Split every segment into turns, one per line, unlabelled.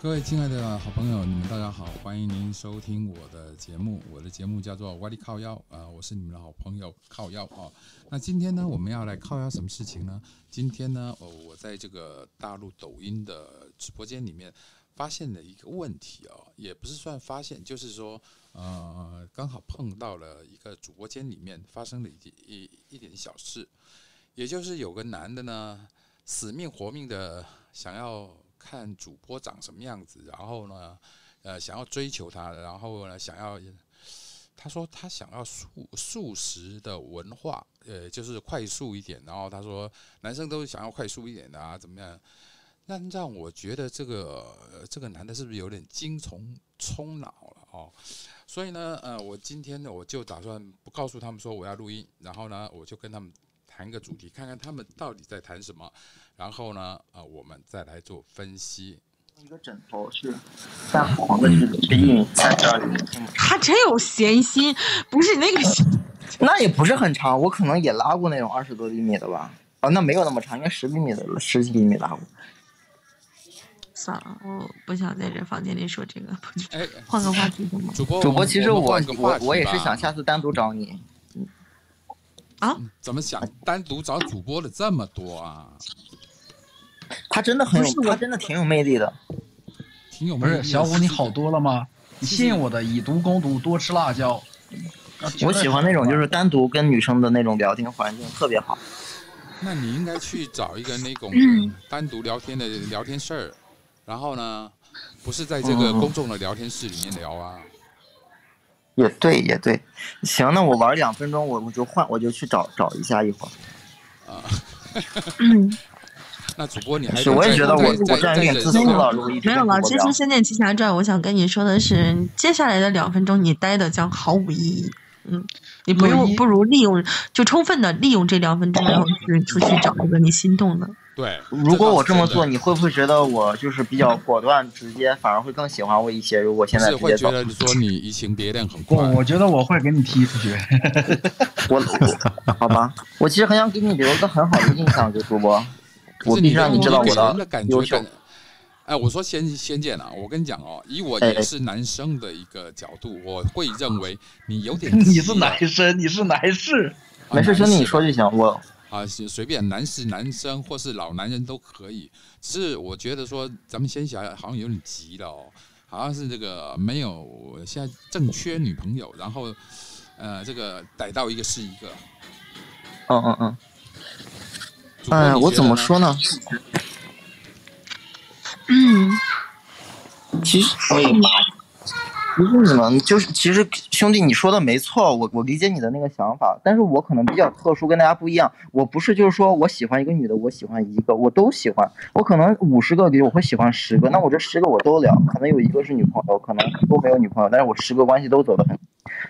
各位亲爱的好朋友，你们大家好，欢迎您收听我的节目，我的节目叫做歪理靠腰啊、呃我是你们的好朋友靠腰啊、那今天呢，我们要来靠腰什么事情呢？今天呢，呃，我在这个大陆抖音的直播间里面发现了一个问题哦，也不是算发现，就是说，呃，刚好碰到了一个主播间里面发生了一点一一点小事，也就是有个男的呢，死命活命的想要看主播长什么样子，然后呢，呃，想要追求他，然后呢，想要，他说他想要素素食的文化，呃，就是快速一点。然后他说男生都想要快速一点的啊，怎么样？那让我觉得这个、呃这个男的是不是有点精虫充脑了哦？所以呢，呃，我今天呢，我就打算不告诉他们说我要录音，然后呢，我就跟他们谈个主题，看看他们到底在谈什么，然后呢，呃，我们再来做分 析。
一个枕头是泛黄的，是
嗯
是印三十二厘米，
他真有闲心，不是那个闲
那也不是很长，我可能也拉过那种二十多厘米的吧。哦，那没有那么长，应该十厘米的，十几厘米拉过。
算了，我不想在这房间里说这个，不
哎，
换个话题好吗？
主播，
主播，其实
我
我
们换个话
我
题
我也是
吧
想下次单独找你，
怎么想单独找主播的这么多啊？
他真的很
不
有，
是我
他真的挺有魅力的。
挺有
不
魅力
是
的
小五，你好多了吗？你信我的，以毒攻毒，多吃辣椒。啊
我喜欢那种就是单独跟女生的那种聊天环境特别好。
那你应该去找一个那种
嗯
单独聊天的聊天室儿，然后呢，不是在这个
嗯
公众的聊天室里面聊啊。
也对，也对。行，那我玩两分钟，我我就换，我就去找找一下一会儿。
嗯，
那主播你还
是，我也
在
觉得我
在
我
在
这
在忍
样有点自
受
私了，如果一直
没有
跟
了。
主播
这
聊
次《仙剑奇侠传》，我想跟你说的是，接下来的两分钟你待的将毫无意义。嗯，你不
洛伊
用，不如利用，就充分的利用这两分钟，然后去出去找一个你心动的。
对，
如果我这么做，
你
你会不会觉得我就是比较果断直接，反而会更喜欢我一些？如果现在
是
直
会
接
觉
走，
得你说你移情别恋很
我
快，
我觉得我会给你踢 出去。
我我好吧，我其实很想给你留一个很好的印象，就主播，
可
我
是你
必须让你知道
给
我
人的感觉
优秀
感。哎，我说仙仙剑啊，我跟你讲哦，以我
哎
也是男生的一个角度，我会认为你有 点
你
急
是
了
男生，你是男士，
啊
没事，
男
兄弟
士
你说就行。我
啊，随随便男士、男生或是老男人都可以。只是我觉得说，咱们仙侠好像有点急了哦，好像是这个没有，我现在正缺女朋友，然后呃，这个逮到一个是一个。
嗯嗯嗯，
主播
哎，
你
我
觉
怎
得呢？
么说呢？
嗯，
其实，不是你们，就是其实兄弟，你说的没错，我我理解你的那个想法，但是我可能比较特殊，跟大家不一样。我不是就是说我喜欢一个女的，我喜欢一个，我都喜欢。我可能五十个里我会喜欢十个，那我这十个我都聊，可能有一个是女朋友，可能都没有女朋友，但是我十个关系都走得很，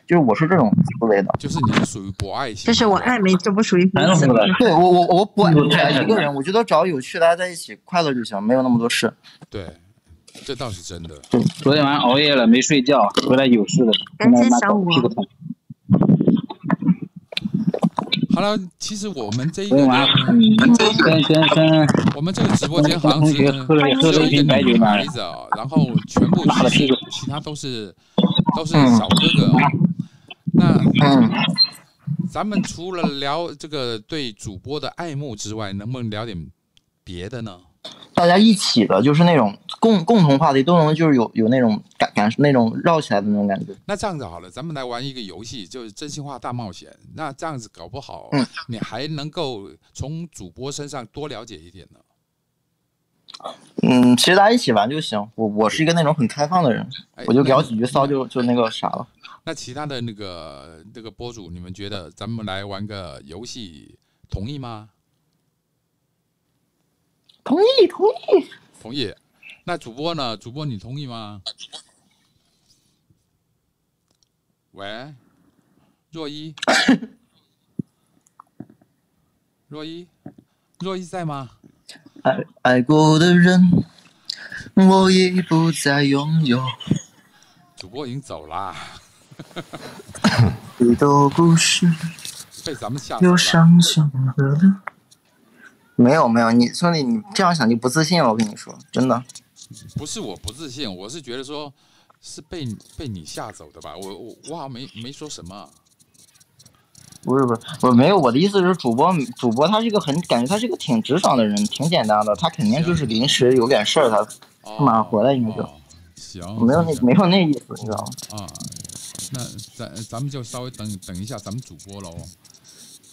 就是我是这种思维的。
就是你是属于博爱型，
这是我爱美，这不属于彼此。
对我我我不爱不爱一个人，我觉得找有趣大家在一起快乐就行，没有那么多事。
对，这倒是真的。
昨天晚上熬夜了，没睡觉，回来有事了，
感谢
现在拿
小五
屁股疼。
好了，其实我们这一个
昨天晚上跟跟跟
我们这个直播间好像
同
只
学喝了喝
只
了
有
一
一
瓶
个
白酒
女
嘛，
孩子哦，然后全部
妈的
其
屁股
实其他都是都是小哥哥哦。那
嗯，
咱们除了聊这个对主播的爱慕之外，能不能聊点别的呢？
大家一起的，就是那种共共同话题都能就是有有那种感感那种绕起来的那种感觉。
那这样子好了，咱们来玩一个游戏，就是真心话大冒险。那这样子搞不好，
嗯
你还能够从主播身上多了解一点呢。
嗯，其实大家一起玩就行。我我是一个那种很开放的人，
哎
我就
那
聊几句骚就就那个啥了。
那其他的那个那个播主，你们觉得咱们来玩个游戏，同意吗？
同意同意。
同意。那主播呢？主播你同意吗？喂，若一，若一，若一在吗？
爱爱过的人，我已不再拥有。
主播已经走啦，
许多故事
被咱们吓死
有
了。
伤心的泪。没有没有，你兄弟，你这样想就不自信了。我跟你说，真的，
不是我不自信，我是觉得说，是被被你吓走的吧？我我我好像没没说什么啊、
不是不是，我没有我的意思是主播主播他是一个很感觉他是一个挺直爽的人，挺简单的，他肯定就是临时有点事儿他
哦，
马回来应该就
哦行，
没有那
行
没有那意思，你知道吗？
啊。那咱咱们就稍微等等一下，咱们主播喽。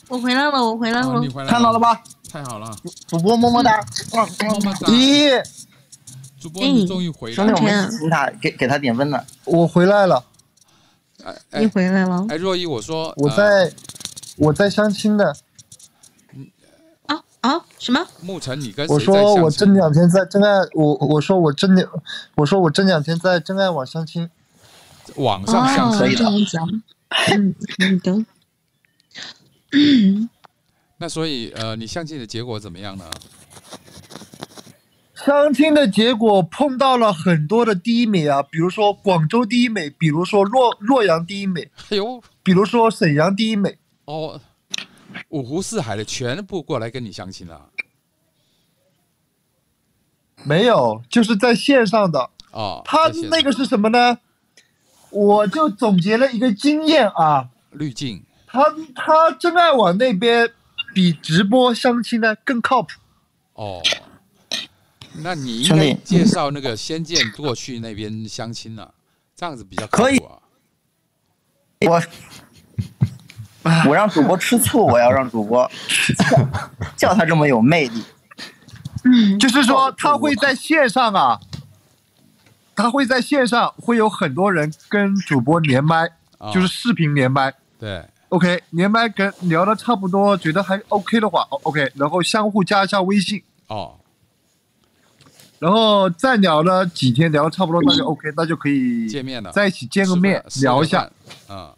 我回来了，啊我回来了。
哦，你回来
看到了？吧，
太好了，
主播么么哒，嗯
么么哒
咦，
主播你
哎
终于回来
兄弟，
了
我。们一起请他给给他点温暖。
我回来
啊
了，
哎
你
哎
回来了
哎，若一，我说
我
呃
在我在相亲的，
啊啊？什么？
牧尘，你跟谁
我
在
说
相
我
亲
这两天在真爱，我我说我这两我说我这两天在真爱网相亲，
网上相
哦，
亲
这
了。
样讲。嗯，嗯的。
那所以呃，你相亲的结果怎么样呢？
相亲的结果碰到了很多的第一美啊，比如说广州第一美，比如说洛洛阳第一美，
哎呦，
比如说沈阳第一美，
哦，五湖四海的全部过来跟你相亲了
没有，就是在线上的。
哦。
他
在线
那个是什么呢？我就总结了一个经验啊，
滤镜
他他真爱网那边比直播相亲呢更靠谱。
哦，那你应
兄
该
弟
介绍那个《仙剑》过去那边相亲了、这样子比较
可以
靠谱啊。
哎我我让主播吃醋，我要让主播吃醋，叫他这么有魅力。
嗯，
就是说
哦
他会在线上啊，他会在线上会有很多人跟主播连麦，
啊
就是视频连麦。
对
OK，连麦跟聊的差不多，觉得还 OK 的话哦，OK，然后相互加一下微信，
哦，
然后再聊了几天，聊的差不多，那就 OK，那就可以
嗯见面了，
在一起见个面
吃饭
聊一下。。
啊、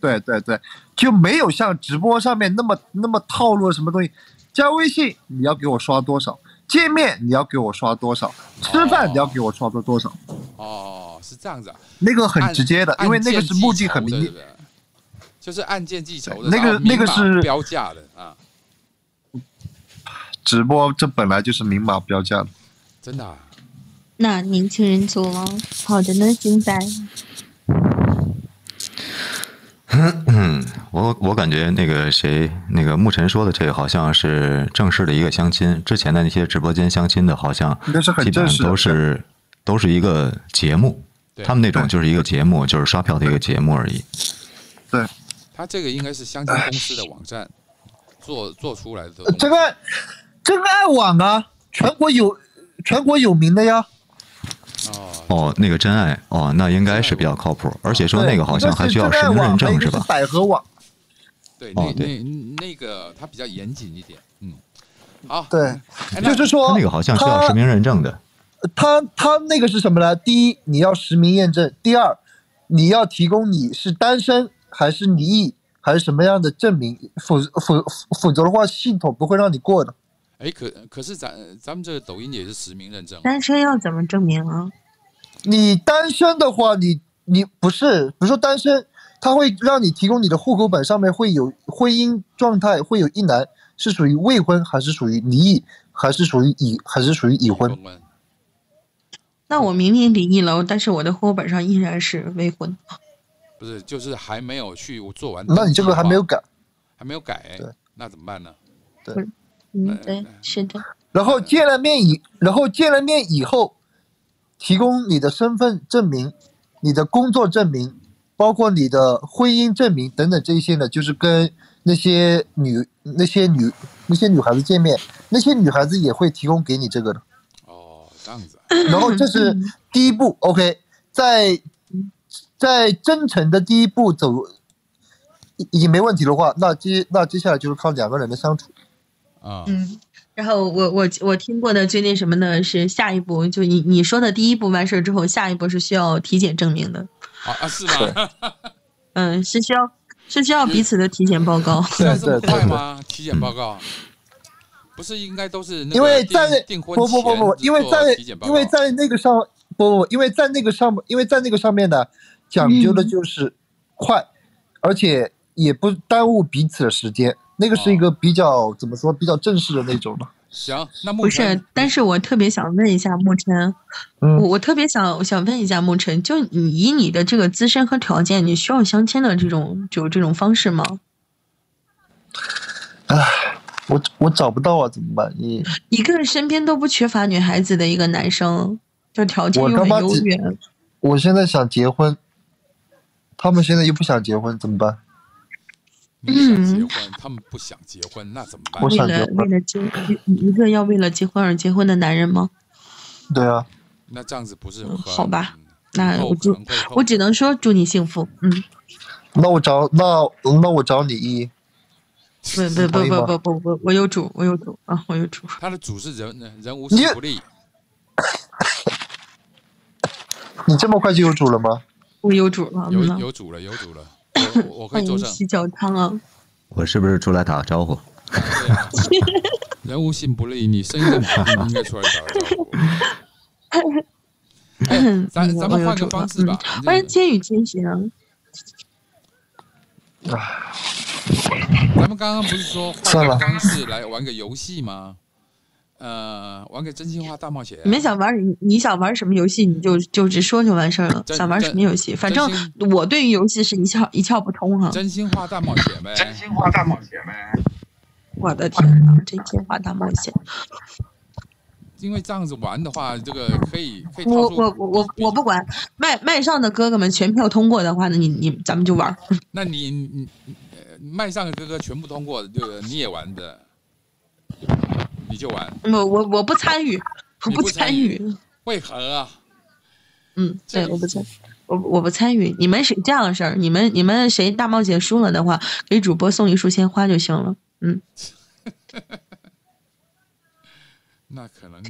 对对对，就没有像直播上面那么那么套路什么东西。加微信你要给我刷多少，见面你要给我刷多少，吃饭你要给我刷多多少，
嗯，哦，是这样子啊，
那个很直接的，
按
因为那个是目的很
按件
明，
计酬的对
显
不。对就是按件计酬的，
那个
然后明
那个
码
是
标价的啊，
直播这本来就是明码标价的。
真的、啊。
那年轻人走了，好着呢，现在。
嗯，我我感觉那个谁，那个沐尘说的这个好像是正式的一个相亲，之前的那些直播间相亲的，好像
那是嗯很
基本
正式
上
的
都是都是一个节目，
对
他们那种就是一个节目，就是刷票的一个节目而已。
他这个应该是相亲公司的网站做做出来的东西。
这个真爱网啊，全国有全国有名的呀。
哦，
哦，那个真爱哦，那应该是比较靠谱，而且说
对
那个好像还需要
一个是
身
真
份
爱网
认证
一个
是
是
吧？
百合网，
对，那
哦
那
对
那个他比较严谨一点，嗯，好，
对，
哎，那
就是说
他那个好像需要实名认证的。
他他那个是什么呢？第一，你要实名验证；第二，你要提供你是单身还是离异还是什么样的证明，否否否则的话，系统不会让你过的。
哎，可可是咱咱们这个抖音也是实名认证，
单身要怎么证明啊？
你单身的话，你你不是不是说单身，他会让你提供你的户口本上面会有婚姻状态，会有一栏是属于未婚还是属于离异，还是属于已还是属于已婚。
婚
那我明明离异了，但是我的户口本上依然是未婚。
不是就是还没有去做完登记的话，
那你这个还没有改。
还没有改
对，
那怎么办呢？
嗯，对，是的。
然后见了面以，然后见了面以后，提供你的身份证明、你的工作证明，包括你的婚姻证明等等这一些呢，就是跟那些女、那些女、那些女孩子见面，那些女孩子也会提供给你这个的。
哦，这样子啊，
然后这是第一步，OK，在在真诚的第一步走已已经没问题的话，那接那接下来就是靠两个人的相处。
啊，
嗯，然后我我我听过的最那什么的是下一步，就你你说的第一步完事儿之后，下一步是需要体检证明的。
好啊，是吗？
嗯，是需要是需要彼此的体检报告。
需要这么
对对
快吗？体检报告不是应该都是那个
因为
订
在那
订婚
不不不
前
不，因为
做
在
体检报
因为
告
在那个上不不，因为在那个上因为在那个上面呢，讲究的就是快，而且
哦
也不耽误彼此的时间。那个是一个比较、怎么说比较正式的那种吧，
行，那
不
目前
是，但是我特别想问一下沐晨，
嗯
我我特别想我想问一下沐晨，就你以你的这个资深和条件，你需要相亲的这种就这种方式吗？
我我找不到啊，怎么办？你
一个身边都不缺乏女孩子的一个男生，就条件
我
又
他
很
妈
优
只
越，
我现在想结婚，他们现在又不想结婚，怎么办？
你想结
嗯
婚，他们不想结婚，那怎么办
我？
为
想
了
结
为
婚
了结一一个要为了结婚而结婚的男人吗？
对啊，
那这样子不是
嗯
很
好吧？那
后
我就
可能会后
我只能说祝你幸福，嗯，
那我找那那我找你一，
不
同意
不
吗
不不不不，我有主，我有主啊，我有主。
他的主是人人无信不立，
你这么快就有主了吗？
我有主了，
有
嗯呐，
有主了，有主 了，我我我可以
欢
作
迎
证。
洗脚汤啊！
我是不是出来打个招呼？
对啊，人无信不立，你声音这么好，你应该出来打个招呼。 哎咱
嗯我
咱
我
们
有
换
主
个方
了
式吧。
嗯欢迎千与千寻啊！
咱们刚刚不是说换
算
个
了
方式来玩个游戏吗？呃，玩个真心话大冒险。
你们想玩你你想玩什么游戏，你就就直说就完事儿了。
真
想玩什么游戏，反正
真心
我对于游戏是一窍一窍不通啊哈、
真心话大冒险
哎
呗？
话大冒险 呗。
我的天呐，真心话大冒险！
因为这样子玩的话，这个可以可以
我
套出
我我我我不管，麦麦上的哥哥们全票通过的话呢，你你咱们就玩儿。
那你你你呃麦上的哥哥全部通过，就是你也玩的，你就玩，
我我我不参与，我
你不参
参
与
与。
为何啊？
嗯，对，
这
我不参，我我不参与。你们谁这样的事儿？你们你们谁大冒险输了的话，给主播送一束鲜花就行了。嗯，
那可能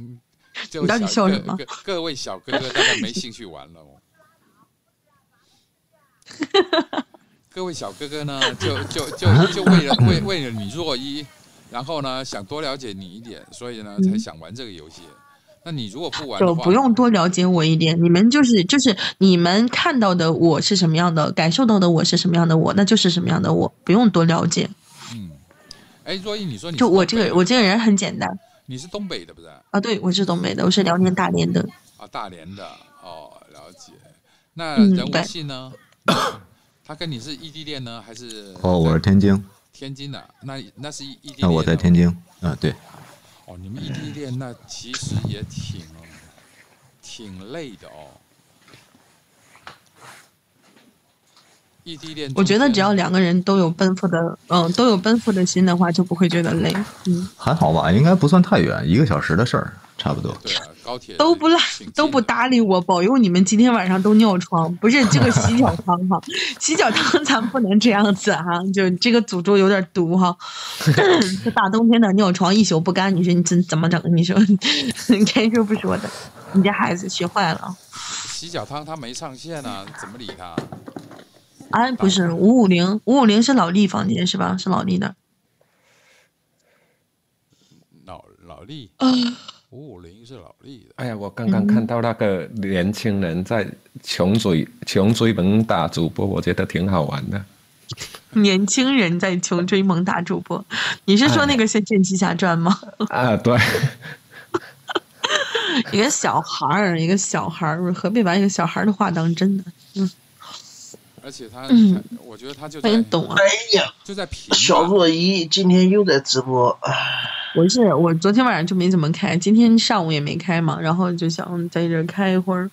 就
你到底
小
笑什么
各各各位小哥哥大概没兴趣玩了哦。各位小哥哥呢，就就就就为了为为了你若一，然后呢想多了解你一点，所以呢才想玩这个游戏。那你如果不玩的
就
话，
不用多了解我一点。你们就是就是你们看到的我是什么样的，感受到的我是什么样的我，那就是什么样的我，不用多了解。
嗯。哎，若一，你说你是
就我
东
这
北
个
的
我这个人很简单
你是东北的不是？
啊，对我是东北的，我是辽宁大连的。
啊，大连的哦，了解。那
嗯
人
对
无信呢？ 他跟你是异地恋呢，还是
哦，我是天津，
天津的？那那是异地恋
那
的
我在天津。啊，对，
哦，你们异地恋那其实也挺挺累的哦。异地恋中间，
我觉得只要两个人都有奔赴的，嗯，都有奔赴的心的话，就不会觉得累。嗯，
还好吧，应该不算太远，一个小时的事儿，差不多。
对啊，高铁
都不拉
挺近
都不
的。
搭理我，保佑你们今天晚上都尿床。不是这个洗脚汤哈，洗脚汤咱不能这样子哈、就这个诅咒有点毒哈。这大冬天的尿床一宿不干，你说你怎怎么整？你说该说不说的，你这孩子学坏了啊。
洗脚汤他没上线啊，怎么理他？
哎，不是五五零，五五零是老丽房间是吧？是老丽的。
老老力，
呃
五五零是老力的。
哎呀，我刚刚看到那个年轻人在穷追穷追猛打主播，我觉得挺好玩的。
年轻人在穷追猛打主播，你是说那个《仙剑奇侠传》吗？
啊，对，
一个小孩儿，一个小孩儿，我何必把一个小孩儿的话当真呢？
而且他，
嗯
他我觉得他就
没
在
人懂啊。
就在平
小
吧
若一今天又在直播，
我是我昨天晚上就没怎么开，今天上午也没开嘛，然后就想在这儿开一会儿。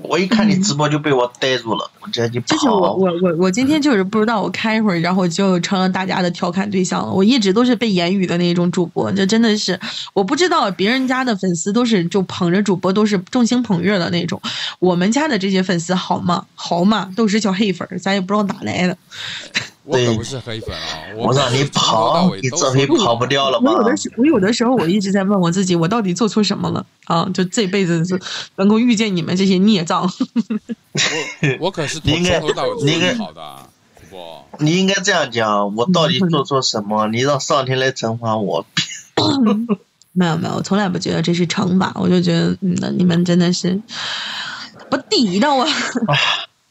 我一看你直播就被我逮住了，我直接就
就是我我我我今天就是不知道我开一会儿，然后就成了大家的调侃对象了。我一直都是被言语的那种主播，这真的是我不知道别人家的粉丝都是就捧着主播都是众星捧月的那种，我们家的这些粉丝好嘛好嘛都是小黑粉儿，咱也不知道哪来的。
我可
对
不是黑粉啊！
我让你
从头到
跑
尾，
你
都
这
说
回跑不掉了吧
我？有的时我有的时候我一直在问我自己，我到底做错什么了啊？就这辈子是能够遇见你们这些孽障，
我我可是
你
从
应该
头到尾
你
说
应该
你好的啊，主播。
你应该这样讲，我到底做错什么？你让上天来惩罚我？
没有没有，我从来不觉得这是惩罚，我就觉得嗯，那你们真的是不地道啊！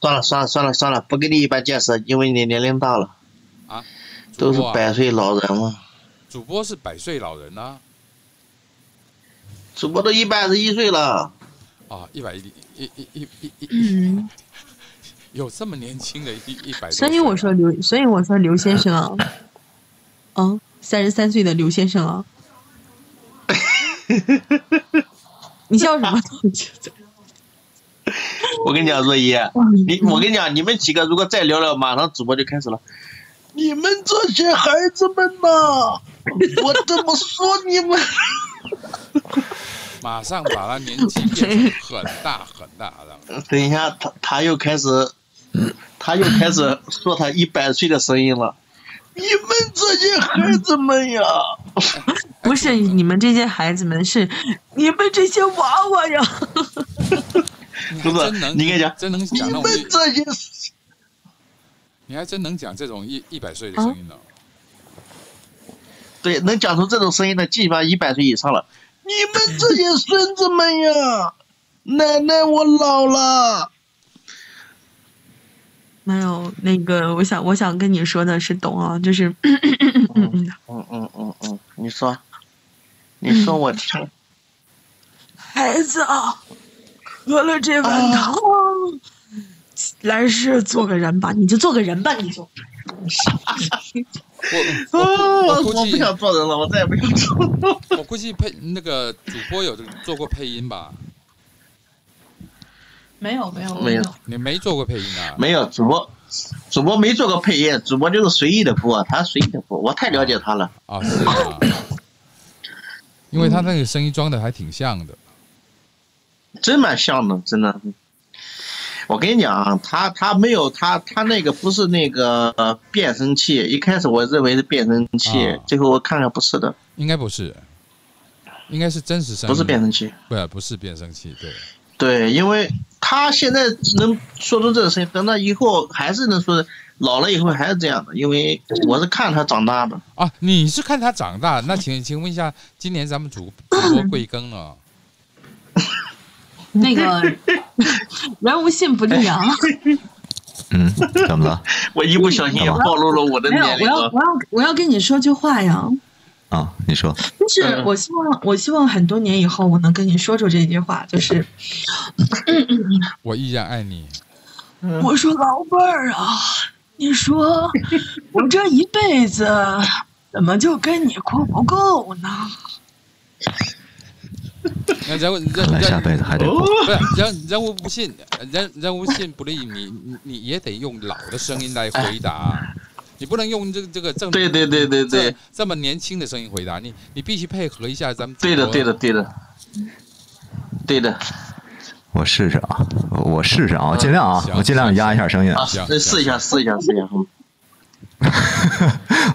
算了算了算了算了，不给你一般见识，因为你年龄大了，
啊，主
都是
播啊
百岁老人了。
主播是百岁老人呐、啊
主播都一百二十一岁了，
啊，一百一一一一一一，
嗯，
有这么年轻的一一百多岁
所
啊，
以我说刘，所以我说刘先生啊，嗯，三十三岁的刘先生 啊，你笑什么？
我跟你讲，若一，你我跟你讲，你们几个如果再聊聊，马上主播就开始了。你们这些孩子们呐、我这么说你们，
马上把他年纪变成很大很大 的，
等一下，他他又开始，他又开始说他一百岁的声音了。你们这些孩子们呀，
不是你们这些孩子们，是你们这些娃娃呀！
你
不
还
是
真能，
你跟你讲
真能
你
讲那种
们
一，
这些，
你还真能讲这种一一百岁的
啊
声音呢。
对，能讲出这种声音的，基本上一百岁以上了。你们这些孙子们呀，奶奶我老了。
没有那个，我想我想跟你说的是，懂啊，就是，嗯嗯，
嗯嗯嗯嗯，你说，你说我听。
孩子啊，喝了这碗汤，来世做个人吧，你就做个人吧，你就。
我
我
啊
我估
我不
计
想做人了，我再也不想做人了。
我估计配那个主播有做过配音吧？
没有没有
没有，
你没做过配音啊？
没有主播，主播没做过配音，主播就是随意的播，他随意的播，我太了解他了。
啊，是啊，因为他那个声音装的还挺像的。
真蛮像的，真的。我跟你讲啊，他他没有他他那个不是那个呃变声器，一开始我认为是变声器，
啊
最后我看看不是的，
应该不是，应该是真实声音，
不是变声器。
不不是变声器，对，
对，因为他现在能说出这个声音，等到以后还是能说，老了以后还是这样的，因为我是看他长大的。
啊，你是看他长大，那请请问一下，今年咱们主主
嗯
播贵庚了？
那个人无信不立啊！
嗯，怎 么了？
我一不小心也暴露了我的
没有，
年
我
龄
要
了。
我要我要跟你说句话呀，
啊，你说，
就是我希望我希望很多年以后我能跟你说出这句话，就是
我依然爱你。
我说老妹儿啊，你说我这一辈子怎么就跟你过不够呢？
那人人
看来下
人
辈子还得过。
不是人人无不信，人人无信不立，你你你也得用老的声音来回答，你不能用这个这个这
对对对对
这
对，
这么年轻的声音回答你，你必须配合一下咱们主
对的
啊
播
对的对的，对的
我试试啊，我我试试啊，我尽量啊
行，
我尽量压一下声音，
啊！
行
试
行
一下试一下试一下，嗯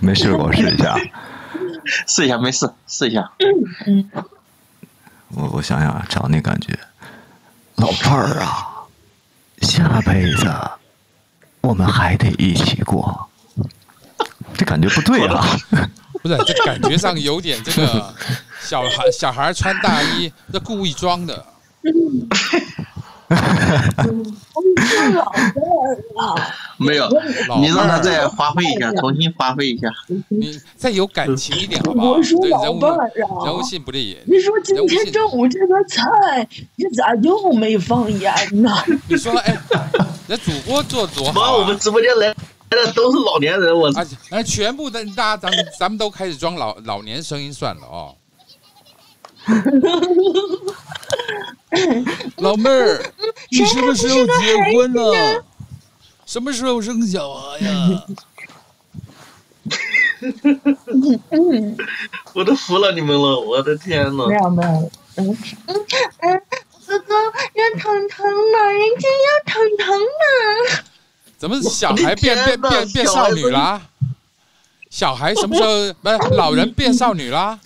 没试过，我试一下。
试一下没事试一下。
我我想想啊，找那感觉，老伴儿啊，下辈子我们还得一起过，这感觉不对 啊。
不是，这感觉上有点这个小孩小孩穿大衣，这故意装的。
没有
老，
你让
伴
他
儿
再发挥一下，重新发挥一下。
你再有感情一点好不好？
我说
对
老
人物
伴儿
人物
啊，
信不立。
你说今
人物
天
信，
中午这个菜你咋又没放盐呢？
你说哎，人主播做多
妈，
好
我
啊
们！直播间来来的都是老年人，我
而且而哎全部的大家咱们咱们都开始装老老年声音算了 哦。老妹儿，你什么时候结婚呢？什么时候生小孩呀？
我都服了你们了，我的天呐！
有没有，嗯嗯嗯，哥哥要糖糖了，人家要糖糖了。
怎么小孩变变变变少女啦？小孩什么时候不是老人变少女啦？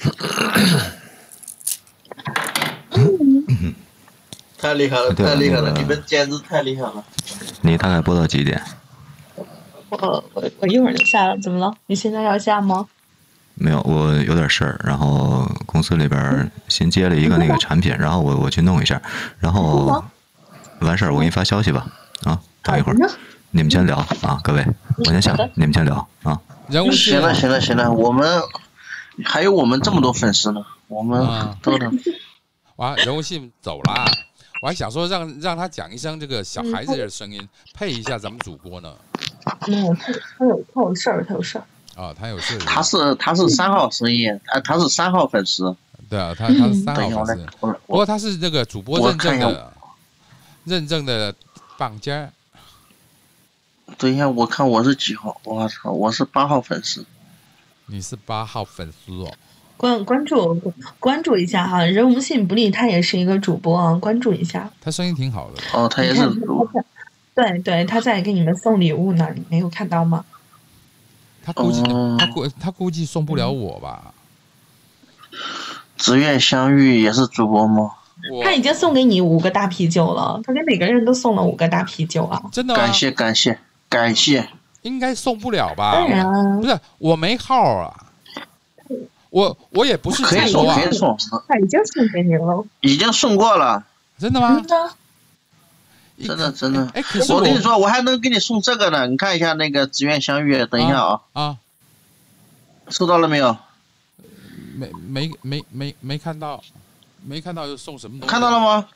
太厉害了，
对啊
太厉害了，
那个
你们简直太厉害了！
你大概播到几点？
我我我一会儿就下了，怎么了？你现在要下吗？
没有，我有点事儿，然后公司里边儿新接了一个那个产品，然后我我去弄一下，然后完事儿我给你发消息吧。啊，等一会儿，你们先聊啊，各位，我先下，你们先聊啊。
人物
行
是
了行了行了，我们还有我们这么多粉丝呢，我们
啊
都能
我还人物信走了，我还想说让让他讲一声这个小孩子的声音，配一下咱们主播呢。
没有，他他有他有事儿，他有事儿。
啊，他有事。
他是他是三号生意，啊，他是三号粉丝。
对啊，他他是三
等一下
号
我来
粉丝，
我
不过他是那个主播
我
认证
看一
的，认证的棒尖。
等一下，我看我是几号？我操，我是八号粉丝。
你是八号粉丝哦，
关关注关注一下哈、人无信不立，他也是一个主播啊，关注一下。
他声音挺好的。
哦，他 也是主播。
对对，他在给你们送礼物呢，你没有看到吗？
他估计
嗯
他估他估计送不了我吧？
只愿相遇也是主播吗？
他已经送给你五个大啤酒了，他给每个人都送了五个大啤酒啊！
真的
感谢感谢感谢。
应该送不了吧？
当然啊
不是我没号啊，我我也不是
可
解
以
说
送
啊
可，以送，
他已经送给你了，
已经送过了。
真
嗯
的吗？
真的真的。
哎，可是
嗯我跟你说，我还能给你送这个呢。你看一下那个只愿相遇，等一下啊，
啊，
收到了没有？
没没没没没看到，没看到又送什么东西？
看到了？吗？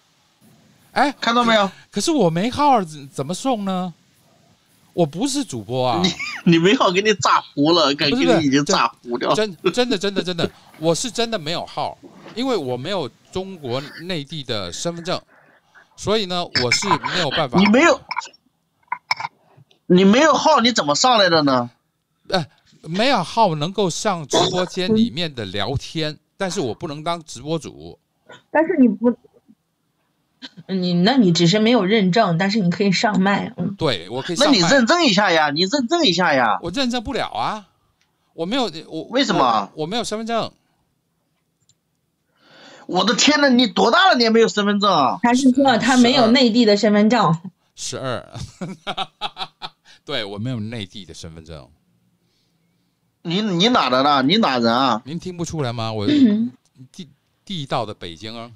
哎，
看到没有？
可是我没号，怎怎么送呢？我不是主播啊，
你没好给你炸糊了，感
不
觉
是不是
你已经炸糊掉了。
真真的真的真的，我是真的没有号，因为我没有中国内地的身份证，所以呢，我是没有办法。
你没有，你没有号，你怎么上来的呢？
呃，没有号能够上直播间里面的聊天，但是我不能当直播主。
但是你不，嗯你那你只是没有认证，但是你可以上麦，嗯，
对，我可以
那
上麦。
你认证一下呀，你认证一下呀。
我认证不了啊，我没有我
为什么
我我没有身份证？
我的天呐，你多大了？你也没有身份证啊？
还是啊说他没有内地的身份证？
十二， 对我没有内地的身份证，
你你哪来的？你哪人啊？
您听不出来吗？我
嗯
地地道的北京啊，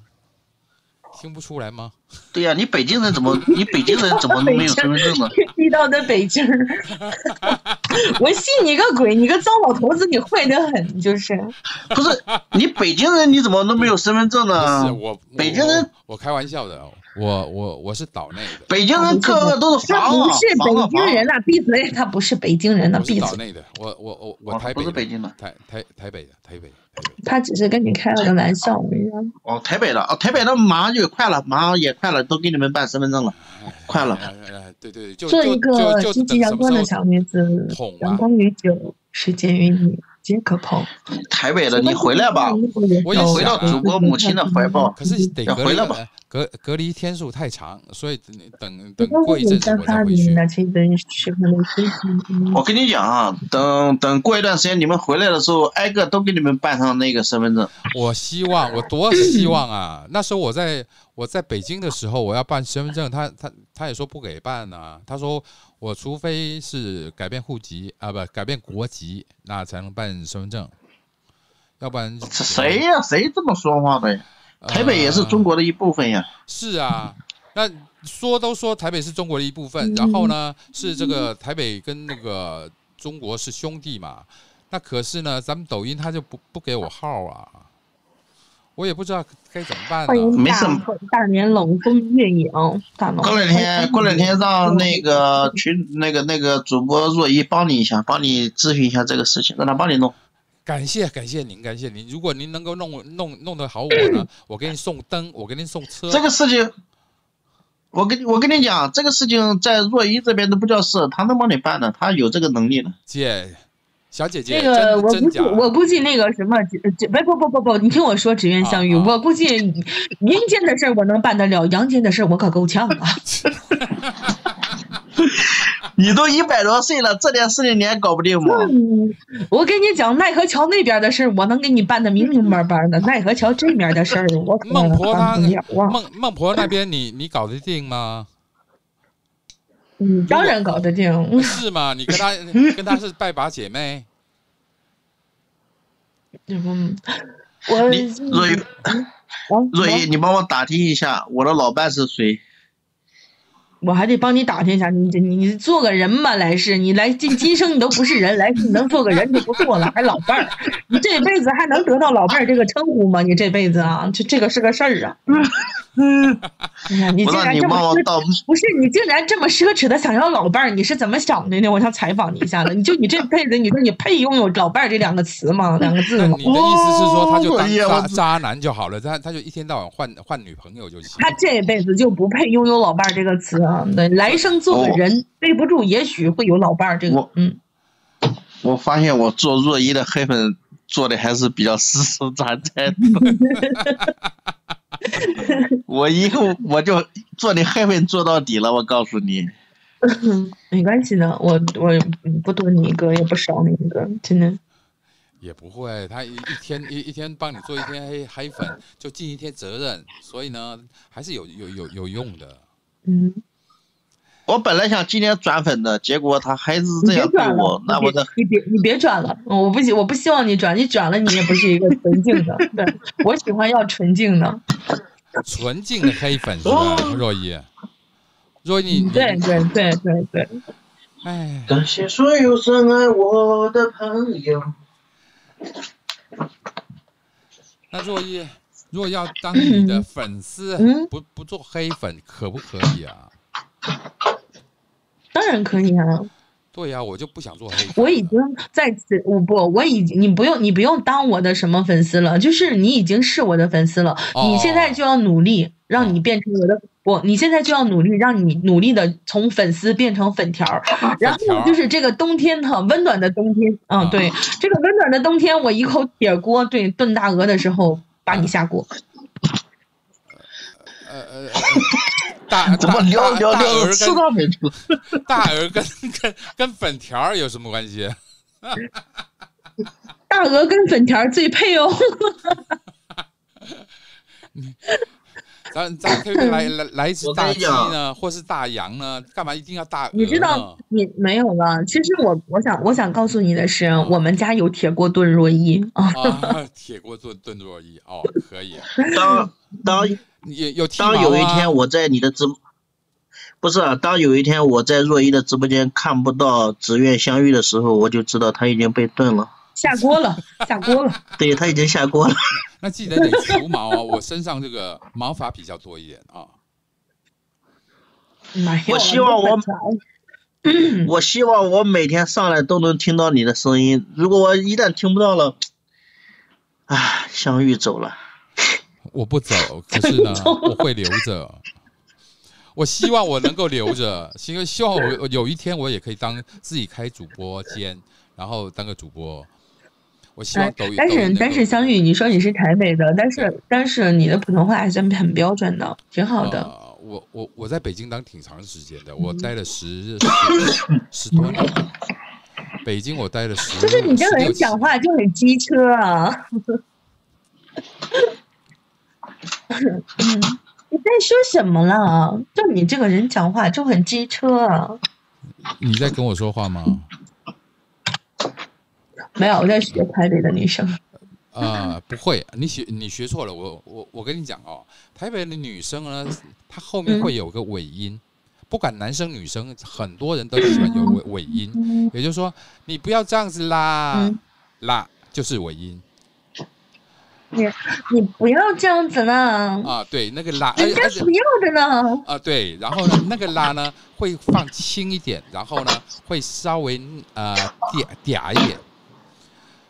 听不出来吗？
对呀、你北京人怎么？你北京人怎么能没有身份证呢？
地道的北京 儿，我信你个鬼！你个糟老头子，你坏得很，你就是。
不是，你北京人你怎么能没有身份证
不
呢
是？我，
嗯北京人
我，我开玩笑的，我我我是岛内的，
北京人个个都是
他
房
不
啊
是，
房啊
北
房
京
啊
人。呐，闭嘴！他不是北京人呐，
我是
闭
岛
嘴！
内的，我我我
哦
我台北
不是北京的
台台台北的台北的台北的。
他只是跟你开了个玩笑而已啊。
哦，台北的哦，台北的马上就快了，马啊上也快了，都给你们办身份证了，快了。
哎哎哎对对对，就
做一个
就就
积
就等
极
什
阳
么
光
时
的
候
小女子
捅，
啊
吧
阳光与酒，世界与你皆可碰。
台北的，你回来吧，
我也
回到祖国母亲的怀抱。
可是得
要
隔
回
离
来吧
隔隔离天数太长，所以等等
不
等
过
过一阵子
散
我
发
再
着
回去。
那吹得十分的清新。
我跟你讲啊，等等过一段时间你们回来的时候，挨个都给你们办上那个身份证。
我希望，我多希望啊！那时候我在我在北京的时候，我要办身份证，他他他也说不给办啊。他说我除非是改变户籍啊，不改变国籍，那才能办身份证，要不然
这谁呀、谁这么说话的呀？台北也是中国的一部分呀。
是啊，那说都说台北是中国的一部分，然后呢是这个台北跟那个中国是兄弟嘛。那可是呢，咱们抖音他就不不给我号啊，我也不知道该怎么办
欢
呢。
迎
没
大
事
大年冷风月影，大龙。
过两天，过两天让那个群那个那个主播若一帮你一下，帮你咨询一下这个事情，让他帮你弄。
感谢感谢您，感谢您。如果您能够弄我弄弄得好我呢，我给你送灯，我给您送车。
这个事情，我跟你我跟你讲，这个事情在若一这边都不叫事，他能帮你办的，他有这个能力的。
姐，小姐姐，
那个
真
我
真
估计
假？
我估计那个什么，只只不不不不不，你听我说，只愿相遇。
啊啊
我估计阴间的事儿我能办得了，阳间的事儿我可够 呛啊。
你都一百多岁了，这点事情你还搞不定吗？
嗯，我跟你讲，奈何桥那边的事儿我能给你办得明明白白的，奈何桥这面的事儿我可
孟婆她
办不了啊。
孟孟婆那边你你搞得定吗？
嗯，当然搞得定。嗯
是吗？你跟 她跟她是拜把姐妹？
嗯，我嗯
你若一
我
若一，你帮我打听一下我的老伴是谁？
我还得帮你打听一下，你你你做个人吧，来世你来今今生你都不是人，来世你能做个人就不错了，还哎老伴儿，你这辈子还能得到老伴儿这个称呼吗？你这辈子啊，这这个是个事儿啊。哎呀，你
不
竟
让
然
你
这
忘
么
了
奢侈，不是你竟然这么奢侈的想要老伴儿，你是怎么想的呢？我想采访你一下子，你就你这辈子，你说你配拥有老伴儿这两个词吗？两个字吗？
你的意思是说，他就当
哎嗯呀我
渣渣男就好了，他他就一天到晚换换女朋友就行。
他这辈子就不配拥有老伴儿这个词啊！对，来生做个人，对不住，也许会有老伴儿这个
我。
嗯，
我发现我做若一的黑粉做的还是比较实实在在的。我以后我就做你黑粉做到底了，我告诉你。
没关系的，我我嗯不多你一个，也不少你一个，真的。
也不会，他一一天一一天帮你做一天黑黑粉，就尽一天责任，所以呢，还是有有有有用的。
嗯，
我本来想今天转粉的，结果他还是
你
这
别
样对
转了
我，，那我的
你别你别你别转了，我不希我不希望你转，你转了你也不是一个纯净的。对我喜欢要纯净的。
纯净的黑粉是吧，若依？若依，你
哦对对对对对，
哎，
感谢所有深爱我的朋友。
那若依，若要当你的粉丝，
嗯
不不做黑粉，可不可以啊？
当然可以啊。
对呀、我就不想做黑粉。
我已经在此，我不，我已经，你不用，你不用当我的什么粉丝了，就是你已经是我的粉丝了，
哦
你现在就要努力，让你变成我的，我，你现在就要努力，让你努力的从粉丝变成粉条儿，然
条儿
后就是这个冬天哈，温暖的冬天，啊，
啊
对，这个温暖的冬天，我一口铁锅对炖大鹅的时候把
嗯
你下锅，
呃呃，呃大
怎么聊聊
大大
聊
鹅
吃到没出？
跟大鹅跟 跟跟粉条儿有什么关系？
大鹅跟粉条儿最配哦，
咱咱 可以来来来一只
我跟
大
你
鸡
讲
呢，或是大羊呢？干嘛一定要大鹅呢？
你知道你没有了。其实我我想我想告诉你的是，我们家有铁锅炖若一啊。
啊， 铁锅炖炖若一哦，可以。
当当
你有有剃毛
当有一
啊
天我在你的直播，不是、啊、当有一天我在若一的直播间看不到紫苑相遇的时候，我就知道他已经被炖了，
下锅了，下锅了。
对他已经下锅了。
那记得得除毛啊， 我身上这个毛发比较多一点啊。
没有
我希望我
你这么
我希望我每天上来都能听到你的声音，如果我一旦听不到了，唉，相遇走了。
我不 走，可是呢，我会留着。我希望我能够留着，希望希望我有一天我也可以当自己开主播间，然后当个主播。我希望
哎
抖音，
但
抖音能
是
够
但是相遇，你说你是台北的，但是但是你的普通话还是很标准的，挺好的。嗯
呃我我我在北京当挺长时间的，我待了十十十多年。北京我待了十，
就是你这个
16
人
期
讲话就很机车啊。 嗯你在说什么啦？就你这个人讲话就很机车啊！
你在跟我说话 吗？
没有，我在学台北的女生。
呃，不会，你学你学错了。我我我跟你讲哦，台北的女生呢，她后面
嗯
会有个尾音，不管男生女生，很多人都喜欢有尾尾音。也就是说，你不要这样子啦，
嗯
啦就是尾音
你不要这样子呢，
啊。对，那个啦，而
人
且
家
而且
不要的呢。
啊，对，然后呢，那个啦呢会放轻一点，然后呢会稍微呃嗲嗲一点。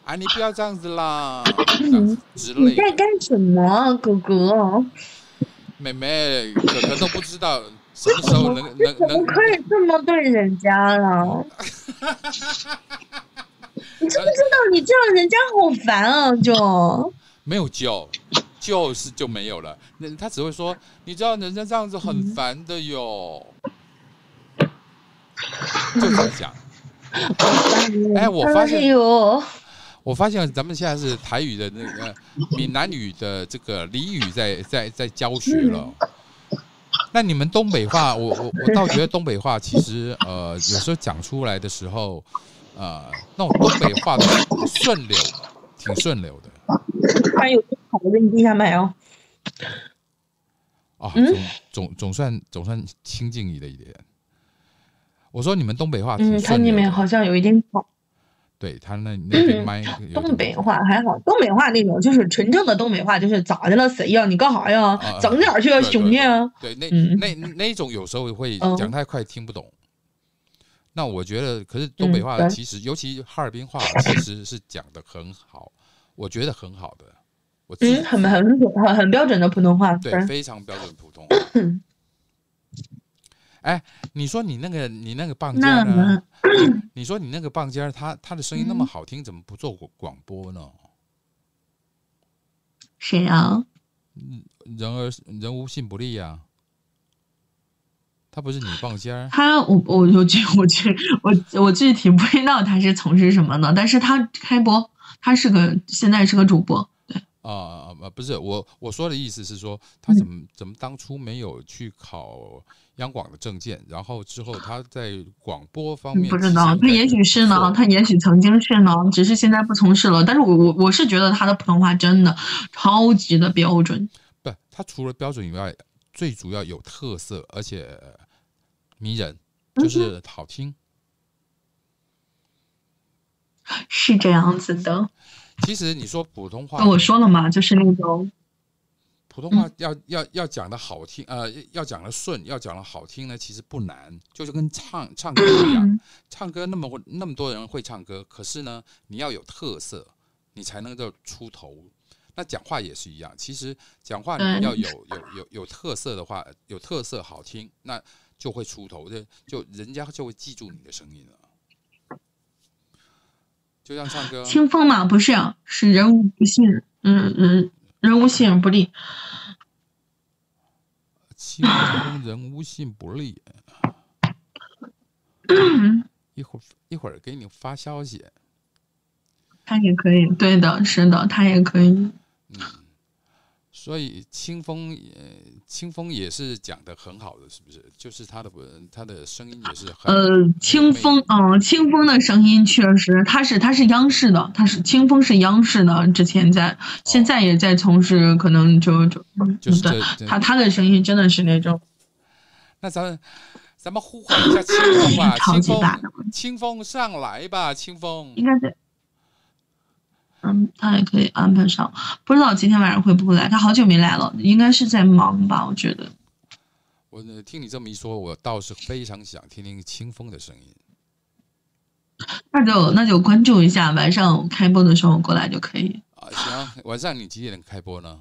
啊，你不要这样子啦，这样子之
你
类的
在。干什么，啊哥哥？
妹妹，可可都不知道什么时候能能
怎么
能
可以这么对人家了？你知不知道你这样人家好烦啊！就
没有救，就是就没有了。那他只会说，你知道人家这样子
嗯
很烦的哟，就这样讲。哎我发现
哎呦，
我发现咱们现在是台语的那个闽南语的这个俚语在在在教学了。那你们东北话，我我我倒觉得东北话其实呃有时候讲出来的时候，呃那种东北话的顺溜，挺顺溜的。
突然有个好的，你听下没有？
啊，
嗯
总总总算总算亲近你了一点。我说你们东北话挺
嗯，
顺
看你
溜的
们好像有一点吵。
对他那那边
嗯
麦有点
东北话还好，东北话那种就是纯正的东北话，就是咋的了？谁呀？你干啥呀
啊？
整点儿去啊，兄弟啊！
对，那
嗯
那那种有时候会
嗯
讲太快听不懂。那我觉得，可是东北话
嗯对
其实，尤其哈尔滨话，其实是讲的很好，我觉得很好的。我自己
嗯，很很很很标准的普通话。
对，
嗯
非常标准普通。 哎，你说你那个你那个棒尖儿
那
呢
么？ 嗯
你说你那个棒尖儿，他他的声音那么好听，怎么不做广广播呢？
谁啊？
人而人无信不立呀、他不是你棒尖儿，
他我我我具我具我我具体不知道他是从事什么的，但是他开播，他是个现在是个主播。
啊啊啊！不是我我说的意思是说，他怎
嗯
么怎么当初没有去考央广的证件，然后之后他在广播方
嗯
面
不知道，他也许是呢，他也许曾经是呢，只是现在不从事了。但是我我我是觉得他的普通话真的超级的标准。
不，他除了标准以外，最主要有特色，而且迷人，
嗯
就是好听。
是这样子的。
其实你说普通话，
那我说了嘛，就是那种
普通话要要要讲的好听，呃，要讲的顺，要讲的好听呢，其实不难，就是跟唱唱歌一样， 唱歌那么会那么多人会唱歌，可是呢，你要有特色，你才能够出头。那讲话也是一样，其实讲话
对
你要有有有有特色的话，有特色好听，那就会出头，就就人家就会记住你的声音了。就像唱歌，
清风嘛，不是、是人无不信，嗯嗯，人无信而不立。
清风人无信不 立。一会儿一会儿给你发消息。
他也可以，对的，是的，他也可以。
所以清风，呃，清风也是讲的很好的，是不是？就是他的文，他的声音也是很
呃，清风，嗯、清风的声音确实，他是他是央视的，他是清风是央视的，之前在，现在也在从事，可能就就嗯
就是这
对
这，
他他的声音真的是那种，
那咱们咱们呼唤一下清风吧，
超
清
级大的
风，清风上来吧，清风。
应该在，嗯，他也可以安排上，不知道今天晚上会不会来，他好久没来了，应该是在忙吧，我觉得。
我呃听你这么一说，我倒是非常想听听清风的声音。
那就那就关注一下，晚上开播的时候过来就可以。
啊，行，晚上你几点开播呢？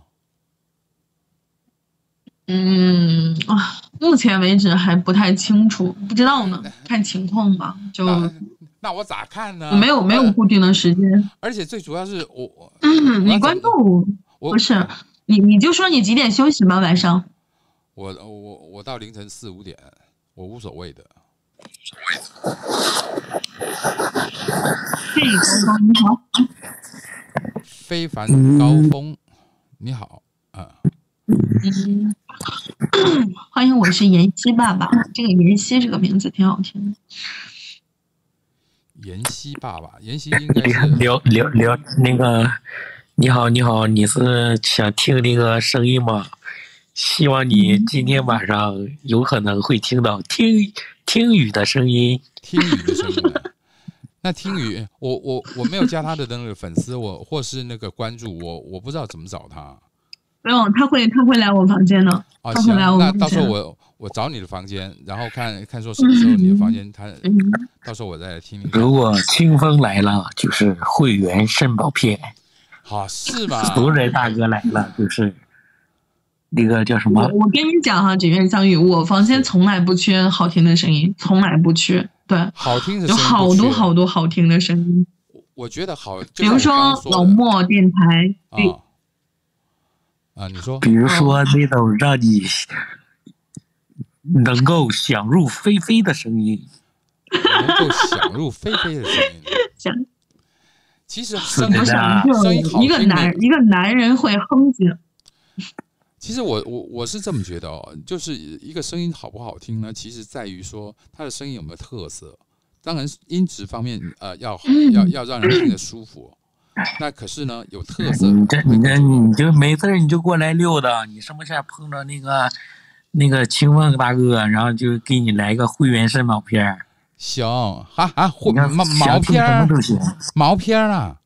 嗯啊，目前为止还不太清楚，不知道
嗯
呢，看情况吧。就
啊那我咋看呢？
嗯没有没有固定的时间。
而且最主要是我我
啊呃嗯，你关注我，
我
不是你你就说你几点休息吧，晚上。
我我我到凌晨四五点，我无所谓的。
嘿，高高你好，
非凡高峰，你好啊，
嗯，欢迎，我是妍希爸爸。这个妍希这个名字挺好听的。
妍希爸爸，妍希应该是
聊聊聊那个，你好，你好，你是想听那个声音吗？希望你
嗯
今天晚上有可能会听到听听雨的声音。
听雨的声音啊。 那听雨，我我我没有加他的那个粉丝，我或是那个关注，我我不知道怎么找他
没有，他会他会来我房间的，
啊。
他
行，
会来我
那
房
到时候
间。
我我找你的房间，然后看看说什么时候你的房间他
嗯，
到时候我再来听听。
如果清风来了，就是会员肾宝片；
好是吧？
熟人大哥来了，就是那个叫什
我
么？
我跟你讲哈，纸月相遇，我房间从来不缺好听的声音，从来不缺。对，
好听的
有
声音不
好多
缺
好多好听的声音，
我觉得好，就
比如
像我
说
刚刚
老
的
莫电台，对
啊啊，你说
比如说那种让 你能够想入非非的声音，
能够享入非非的声音。
想
其实声
怎么
音
啊
想
声音好
一个
听
男
的，
一个男人会哼唧，
其实我我我是这么觉得哦，就是一个声音好不好听呢，其实在于说他的声音有没有特色。当然音质方面，呃，要好
嗯
要要让人听得舒服。那可是呢，有
嗯
特色。
你这你这你就没事儿你就过来溜达，你什么时候碰着那个那个清风大哥，然后就给你来个会员肾毛片儿，
行，哈啊，会
你看
毛
想
毛
听
片
什
儿
么都行，
毛片儿 啊？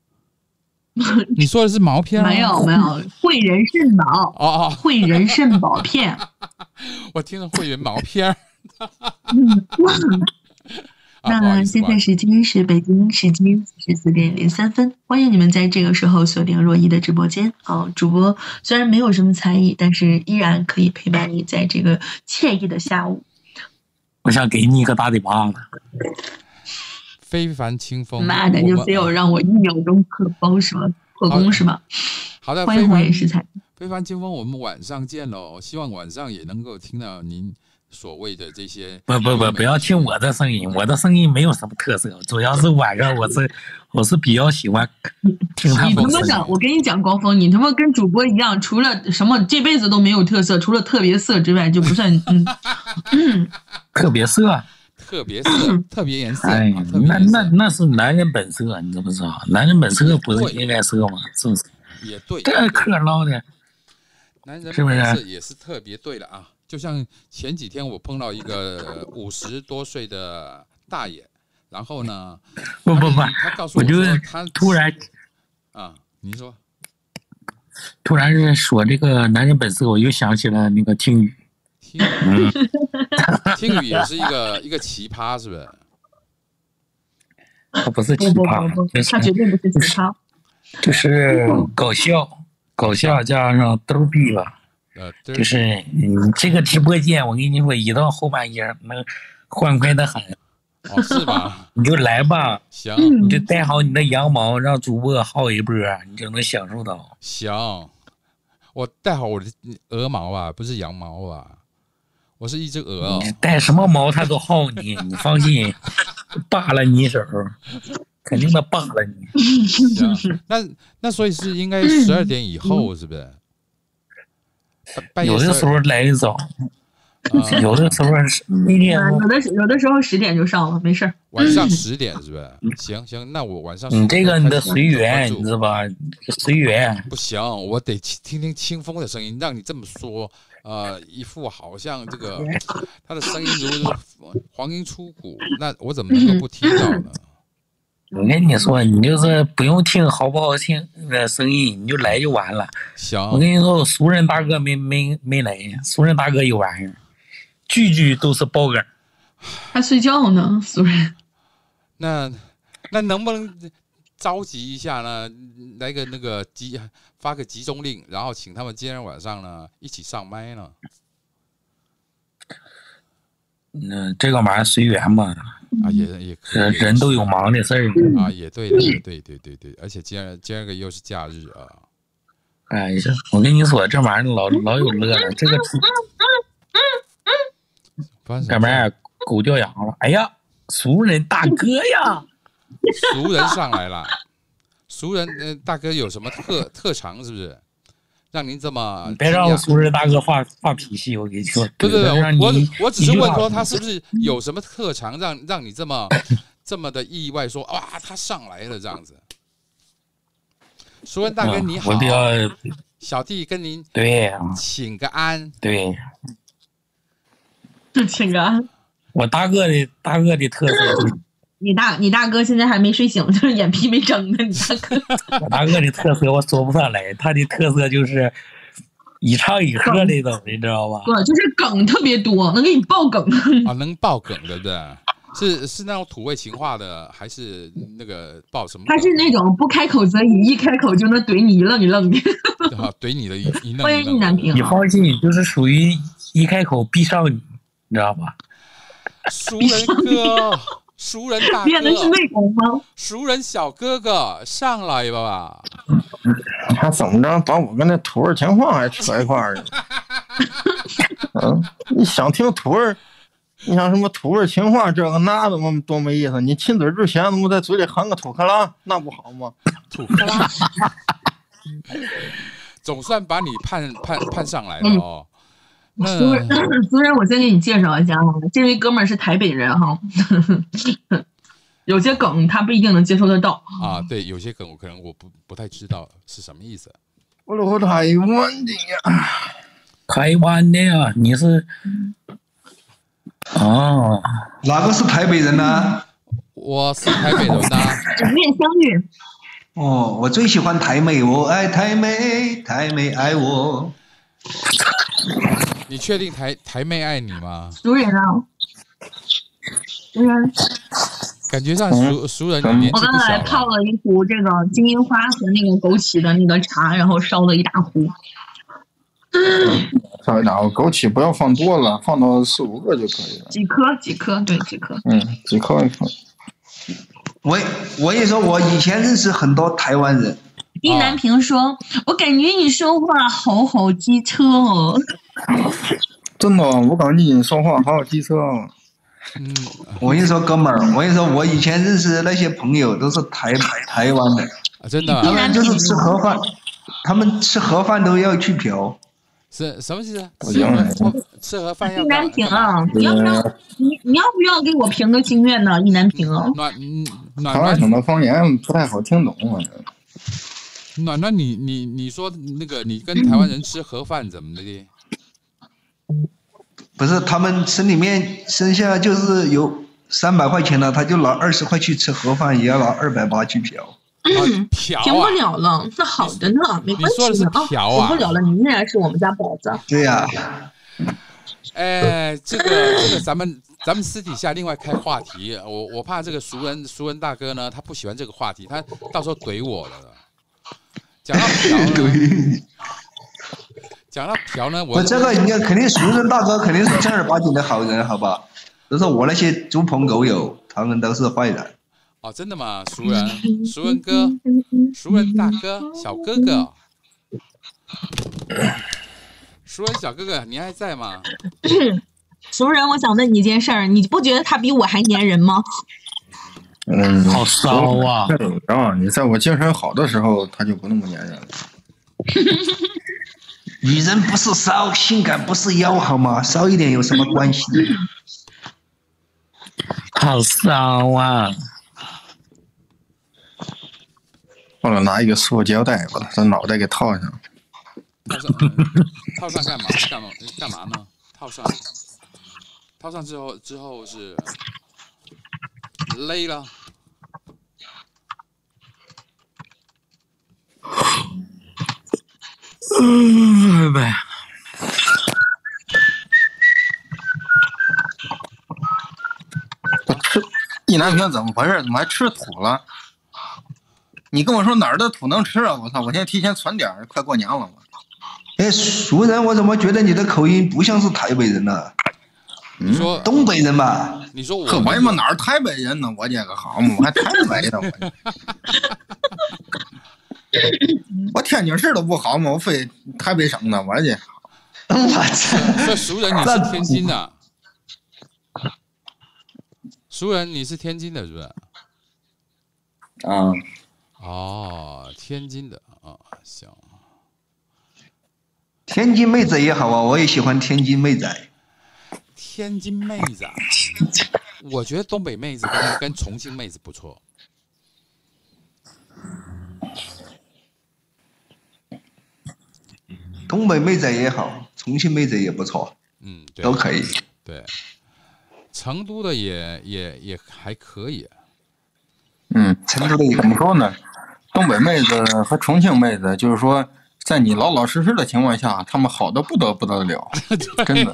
你说的是毛片儿吗？
没有没有，汇仁啊肾宝
哦哦，
汇仁肾宝 片，
我听着会员毛片 儿。
嗯，
啊不好
那
意思
现在时间是北京时间十四点零三分，欢迎你们在这个时候锁定若一的直播间啊！主播虽然没有什么才艺，但是依然可以陪伴你在这个惬意的下午。
我想给你一个大嘴巴子。
非凡清风，
妈的，
哦我
就
们
非要让我一秒钟破功是吗？破功是
啊
吗？
好的，
欢迎
非
火
凡
焰食材。
非凡清风，我们晚上见喽！希望晚上也能够听到您所谓的这些
不不不，不要听我的声音，我的声音没有什么特色，主要是晚上我是我是比较喜欢听他
你他
们
妈
声音
的，。我跟你讲，高峰，你他妈跟主播一样，除了什么这辈子都没有特色，除了特别色之外，就不算 嗯嗯
特别色，啊
特别 色、特别颜色
哎
啊，，特别
那
颜色
那那是男人本色，你知不知道？男人本色不是应该色吗？是不是？
也对，
这嗑唠的，
男人
是不是
本色也是特别对了啊？就像前几天我碰到一个呃五十多岁的大爷，然后呢，
不不不
他告，诉
我
我
就
说
是
他
突然
啊，您说
突然是说这个男人本色，我又想起了那个听雨，嗯，
听雨也是一个一个奇葩，是不是？
他不是奇
不
啊
不
葩
不，不，
就是
他绝对不是奇葩。
就是
嗯
搞笑，搞笑加上逗逼吧。
呃，
就是你这个直播间，我跟你说，一到后半夜能欢快的很。
哦，是吧？
你就来吧，
行
你就带好你的羊毛，让主播薅一波，你就能享受到。
行，我带好我的鹅毛啊，不是羊毛啊，我是一只鹅哦、
你带什么毛他都薅 你，你放心，扒拉你一手，肯定的扒拉你。嗯
行，那那所以是应该十二点以后，是不是？半夜
有的时候来的早，
啊
有的时候是那天
嗯有的有的时候十点就上了，没事儿。
晚上十点是不是？行行，那我晚上
你这个你
10
得
点开始
随缘，
关
你
注
知道吧？随缘。
不行，我得听听清风的声音，让你这么说，呃，一副好像这个他的声音如果是黄莺出谷，那我怎么能够不听到呢？
我跟你说，你就是不用听好不好听的声音，你就来就完了。
行，
我跟你说，我熟人大哥没没没来，熟人大哥有玩意儿，句句都是爆梗。
他睡觉呢，苏然。
那那能不能召集一下呢？来个那个集发个集中令，然后请他们今天晚上呢一起上麦呢？
嗯，这个玩意儿随缘吧。
啊，也也可
人
以
人都有忙的事儿
啊，也对的，也对对对对，而且今儿今儿个又是假日啊，
哎，这我跟你说，这玩意儿老老有乐了。这个哥们儿啊狗叫羊了，哎呀，熟人大哥呀，
熟人上来了，熟人呃大哥有什么特特长是不是？让您嗯这么
别
惊
让
讶
我熟人大哥发发脾气，我跟你说，
不是
别让
我
你
我只是
一句
问
话
说他是不是有什么特长让让你这 么这么的意外说哇他上来了这样子。熟人大哥
嗯
你好，
我比较
小弟跟您
对呀
请个安。
对。
就请个
我大哥的大哥的特色，
你大你大哥现在还没睡醒，就是眼皮没睁呢。你大 哥
我大哥的特色我说不上来，他的特色就是一唱一和那种，你知道吧？
对，就是梗特别多，能给你爆梗。
嗯
啊，能爆梗对不对？是是那种土味情话的，还是那个爆什么
他是那种不开口则已，一开口就能怼你一愣一愣的。
啊？怼你的 一一
欢
愣
迎
一
意
愣。
难平
你。放心，就是属于一开口必上你，你知道吧？
熟人哥，熟人大
练的是
哥，
内功吗？
熟人小哥哥，上来吧！
他怎么着把我跟那土味情话还扯一块儿去？嗯，你想听土味儿，你想什么土味情话这个那的么多没意思。你亲嘴之前，他妈在嘴里含个土克拉，那不好吗？
土克拉， 总算把你盼盼盼上来了哦。那
苏然，苏然，我先给你介绍一下哈，这位哥们儿是台北人哈，有些梗他不一定能接收得到。
啊，对，有些梗我可能我不不太知道是什么意思。
我我台湾的呀，
台湾的呀，你是？
嗯
哦，
哪个是台北人呢、
我是台北人呐、
两面相遇，
哦，我最喜欢台妹，我爱台妹，台妹爱我。
你确定台台妹爱你吗？
熟人啊，熟人。
感觉上
嗯
熟熟人你年
我
纪
刚
不
才
小了，
泡了一壶这个金银花和那个枸杞的那个茶，然后烧了一大壶。
稍微拿我枸杞不要放多了，放到四五个就可以了。
几颗几颗，对几颗。
嗯，几颗一颗。
我我也说，我以前认识很多台湾人，
意南平说：“我感觉你说话好好机车哦。
真的，我感觉你说话好有机车哦。
我跟你说，哥们儿，我跟你说，我以前认识的那些朋友都是台台湾的，
啊真的啊
嗯
他们就是吃盒饭，他们吃盒饭都要去嫖。
是什么意思啊？
我
吃
养
盒
了
饭吃盒饭要
意南平啊，
嗯
你要不要你你要不要给我评个心愿呢？意南平啊，
暖
嗯
暖
台湾省
暖
的方言不太好听懂，啊反正
暖暖，你你你说那个你跟台湾人吃盒饭怎么的的？
不是，他们省里面剩下就是有三百块钱了，他就拿二十块去吃盒饭，也要拿二百八去嫖。
啊 嫖
停不了了，那好着呢，没关
你
系
说
的
的是嫖啊
停不了了，你依然是我们家宝子。
对呀、
哎，这个这个，咱们咱们私底下另外开话题，我我怕这个熟人熟人大哥呢，他不喜欢这个话题，他到时候怼我了。讲到嫖呢，讲到嫖呢，我
我这个应该肯定熟人大哥肯定是正儿八经的好人，好吧？都是我那些猪朋狗友，他们都是坏人。
哦，真的吗？熟人，熟人哥，
嗯
熟人大哥，小哥哦哥， 熟人小哥哥，你还在吗？
熟人，我想问你一件事儿，你不觉得他比我还粘人吗？
嗯，
好骚啊
那怎么着？你在我精神好的时候，他就不那么粘人了。
女人不是骚，性感不是妖，好吗？骚一点有什么关系？
好骚啊！
或者拿一个塑胶袋把他脑袋给套上。
套上， 套上干嘛？干嘛？干嘛呢？套上，套上之后，之后是勒了，
嗯，呗。
我吃意南平怎么回事？怎么还吃土了？你跟我说哪儿的土能吃啊？我操！我现在提前存点儿，快过年了嘛。
哎，熟人，我怎么觉得你的口音不像是台北人呢、
你说
东北人吧？
你说我
呵，我他妈哪儿台北人呢？我这个好嘛，我还台北呢，我这。我天津市都不好嘛，我非台北省的，我这。
我操！
说熟人你是天津的，熟人你是天津的，是不是？
啊，
哦，天津的啊，行。
天津妹子也好啊，我也喜欢天津妹仔。
天津妹子啊，我觉得东北妹子跟跟重庆妹子不错。
东北妹仔也好，重庆妹子也不错，
嗯，对，
都可以。
对，成都的也也也还可以。
嗯，
成都的
怎么说呢？东北妹子和重庆妹子，就是说，在你老老实实的情况下，她们好的不得不得了，真的。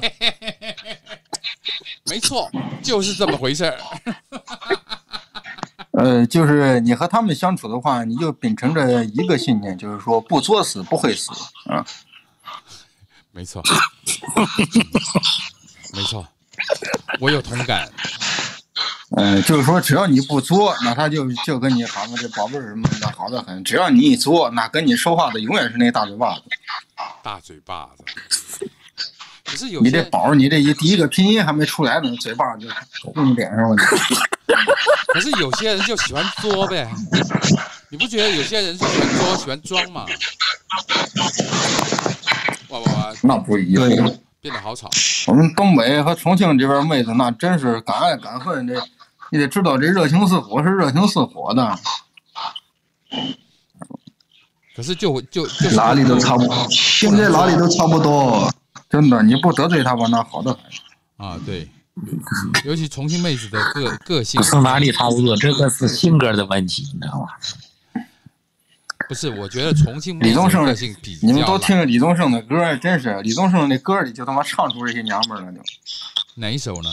没错，就是这么回事儿。
呃，就是你和她们相处的话，你就秉承着一个信念，就是说不作死不会死啊。
没错，嗯没错，我有同感。
嗯，就是说，只要你不作，那他就就跟你好嘛，这宝贝儿什么的好的很。只要你一作，那跟你说话的永远是那大嘴巴子。
大嘴巴子，可是有
你这
些
宝儿，你这一第一个拼音还没出来呢，嘴巴就弄你脸上了。
可是有些人就喜欢作呗。你不觉得有些人就喜欢作，喜欢装吗？哇哇哇！
那不一样。
变得好吵。
我们东北和重庆这边妹子，那真是敢爱敢恨，这你得知道，这热情似火是热情似火的。
可是就就就是
哪里都差不多，现在哪里都差不多。
真的，你不得罪他吧，那好的很。
啊，对，尤其重庆妹子的个个性
不是哪里差不多，这个是性格的问题，你知道吧？
不是，我觉得重庆妹
李
子
宗
的
盛
个性比，
你们
较
都
懒
听李宗盛的歌，真是李宗盛那歌里就他妈唱出这些娘们儿了，就。
哪一首呢？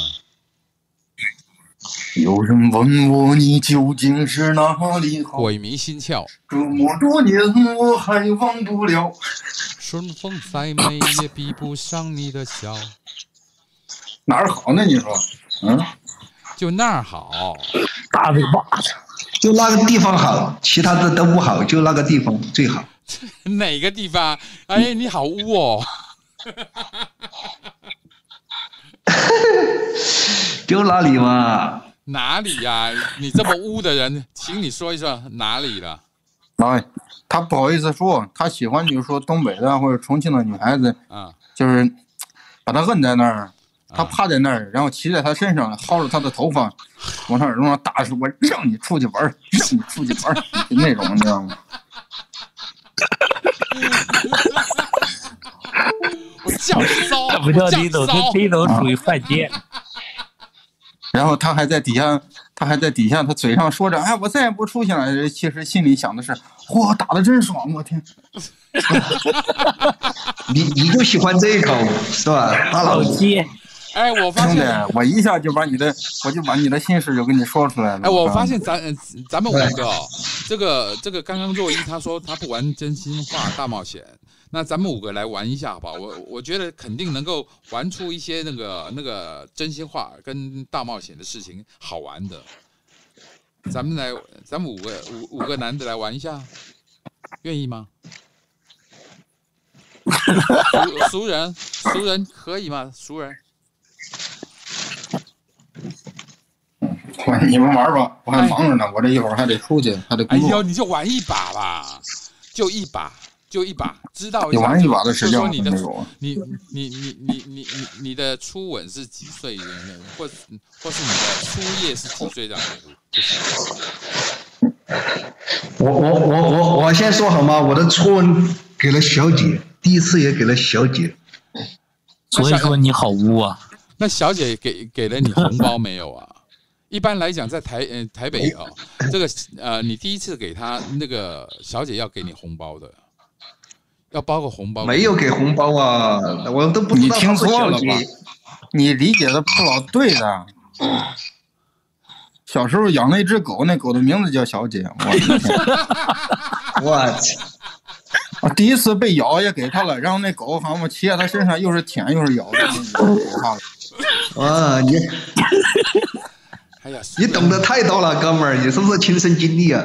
有人问我你究竟是哪里好？
鬼迷心窍，
这么多年我还忘不了。
春风再美也比不上你的笑，
哪儿好呢？你说，嗯，
就那儿好。
大嘴巴子，就那个地方好，其他的都不好，就那个地方最好。
哪个地方？哎，你好污哦！
就那里嘛，
哪里呀、你这么污的人，请你说一说哪里了？
哎，他不好意思说，他喜欢就是说东北的或者重庆的女孩子，
啊，
就是把他摁在那儿，他趴在那儿，然后骑在他身上，薅着他的头发，往他耳朵上大说：“我让你出去玩儿，让你出去玩儿。”就那种，你知道吗？
我叫 骚，
这不叫李总，
我
这
叫骚
这种属于犯贱。
啊
然后他还在底下，他还在底下，他嘴上说着：“哎，我再也不出去了。”其实心里想的是：“嚯，打的真爽！我天，
你你就喜欢这一口是吧？大佬
鸡，
哎，我发
兄弟
现，，
我一下就把你的，我就把你的心事就跟你说出来了。嗯
哎，
嗯
我发现
现。
咱呃咱们五个哦，这个这个刚刚若一他说他不玩真心话大冒险，那咱们五个来玩一下好不好？我我觉得肯定能够玩出一些那个那个真心话跟大冒险的事情好玩的。咱们来，咱们五个五五个男的来玩一下，愿意吗？熟熟人，熟人可以吗？熟人，
我你们玩吧，我还忙着呢，我这一会儿还得出去，还得
哎
工
呦，
作。
你就玩一把吧，就一把，就一把，知道一
有
下
玩一
就
把的时
就
间
说
我
你的
都没有。
你你你你你你你的初吻是几岁的人，或或是你的初夜是几岁这样子？
我我我我我先说好吗？我的初吻给了小姐，第一次也给了小姐。
所以说你好污啊！
那小姐给给了你红包没有啊？一般来讲，在台呃台北哦，这个呃，你第一次给她那个小姐要给你红包的，要包个红包。
没有给红包啊，我都不知
你
道
听
她是
错
小
了
姐
吧？你理解的不老对的。小时候养了一只狗，那狗的名字叫小姐。我
我
我第一次被咬也给它了，然后那狗好像我骑在它身上，又是舔又是咬的，我怕了。
啊，你
哎呀，
你懂得太多了，哥们儿，你是不是亲身经历啊？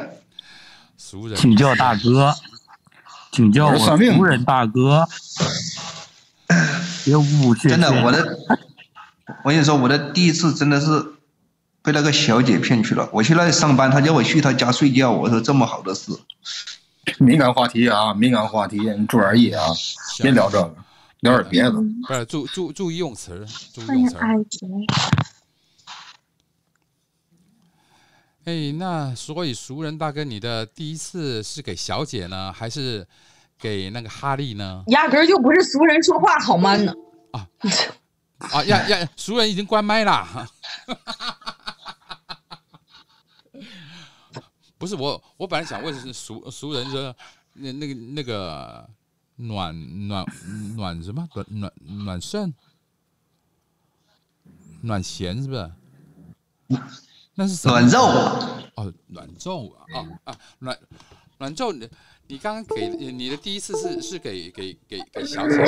熟人，
请教大哥，请教我
算命
熟人大 哥。别误
真的，我的，我跟你说，我的第一次真的是被那个小姐骗去了。我去那里上班，她叫我去她家睡觉，我说这么好的事，
敏感话题啊，敏感话题，你注点意啊，别聊这个，聊点别的。
不是哎注注注意用词，注意
嗯欢迎
用词。
爱情。
哎，那所以熟人大哥，你的第一次是给小姐呢，还是给那个哈利呢？
压根儿就不是俗人说话好吗？呢，
啊呀呀，熟人已经关麦啦。 不是我，我本来想问是熟熟人说那那个那个暖暖暖什么暖暖暖肾暖弦是不是？那是什么
软肉
哦，软肉啊哦啊软软肉你。你刚刚给你的第一次是是给给给给小姐吗，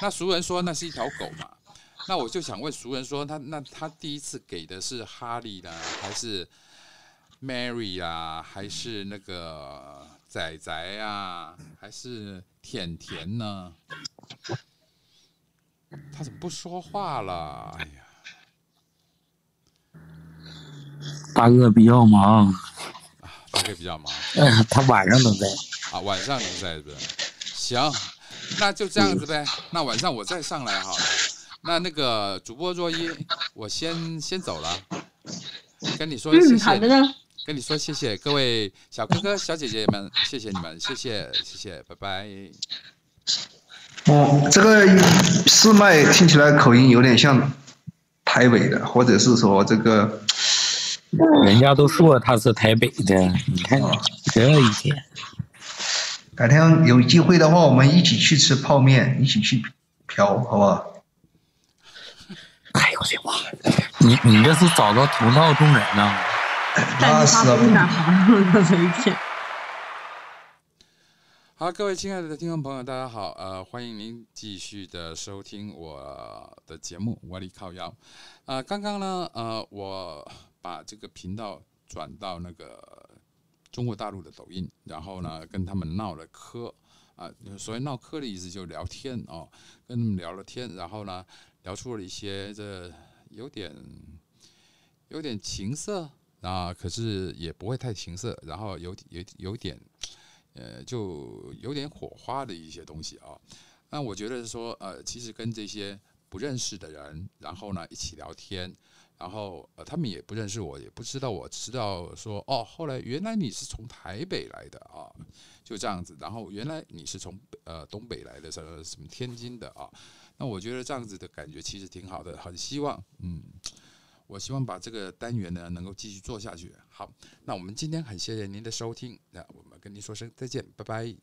那熟人说那是一条狗嘛，那我就想问熟人说，他那他第一次给的是哈利呢，还是 Mary 啊，还是那个仔仔啊，还是甜甜呢？他怎么不说话了？哎呀，
大哥比较忙，
大哥比较忙
哎呀， 他晚上能在。
啊，晚上能在是不是？行，那就这样子呗。那晚上我再上来好了。那那个主播若一，我先先走了，跟你说
嗯
谢谢。
好的呢
跟你说谢谢各位小哥哥、小姐姐们，谢谢你们，谢谢谢谢，拜拜。
哦，这个四麦听起来口音有点像台北的，或者是说这个
人家都说他是台北的，你看
啊
这一天，
改天有机会的话，我们一起去吃泡面，一起去嫖，好不好？
哎呦我的妈！你你这是找到同道中人呐、
但是他不哪行，我随便。
好，各位亲爱的听众朋友，大家好，呃，欢迎您继续的收听我的节目《我力靠腰》。呃，刚刚呢，呃，我把这个频道转到那个中国大陆的抖音，然后呢，跟他们闹了嗑啊、所谓闹嗑的意思就是聊天哦，跟他们聊了天，然后呢，聊出了一些这有点有点情色啊，可是也不会太情色，然后有有有点呃，就有点火花的一些东西啊。那我觉得说，呃，其实跟这些不认识的人，然后呢一起聊天，然后呃他们也不认识我，也不知道我知道说哦，后来原来你是从台北来的啊，就这样子。然后原来你是从北呃东北来的，什么什么天津的啊。那我觉得这样子的感觉其实挺好的，很希望，嗯，我希望把这个单元呢能够继续做下去。好，那我们今天很谢谢您的收听，那我们跟您说声再见，拜拜。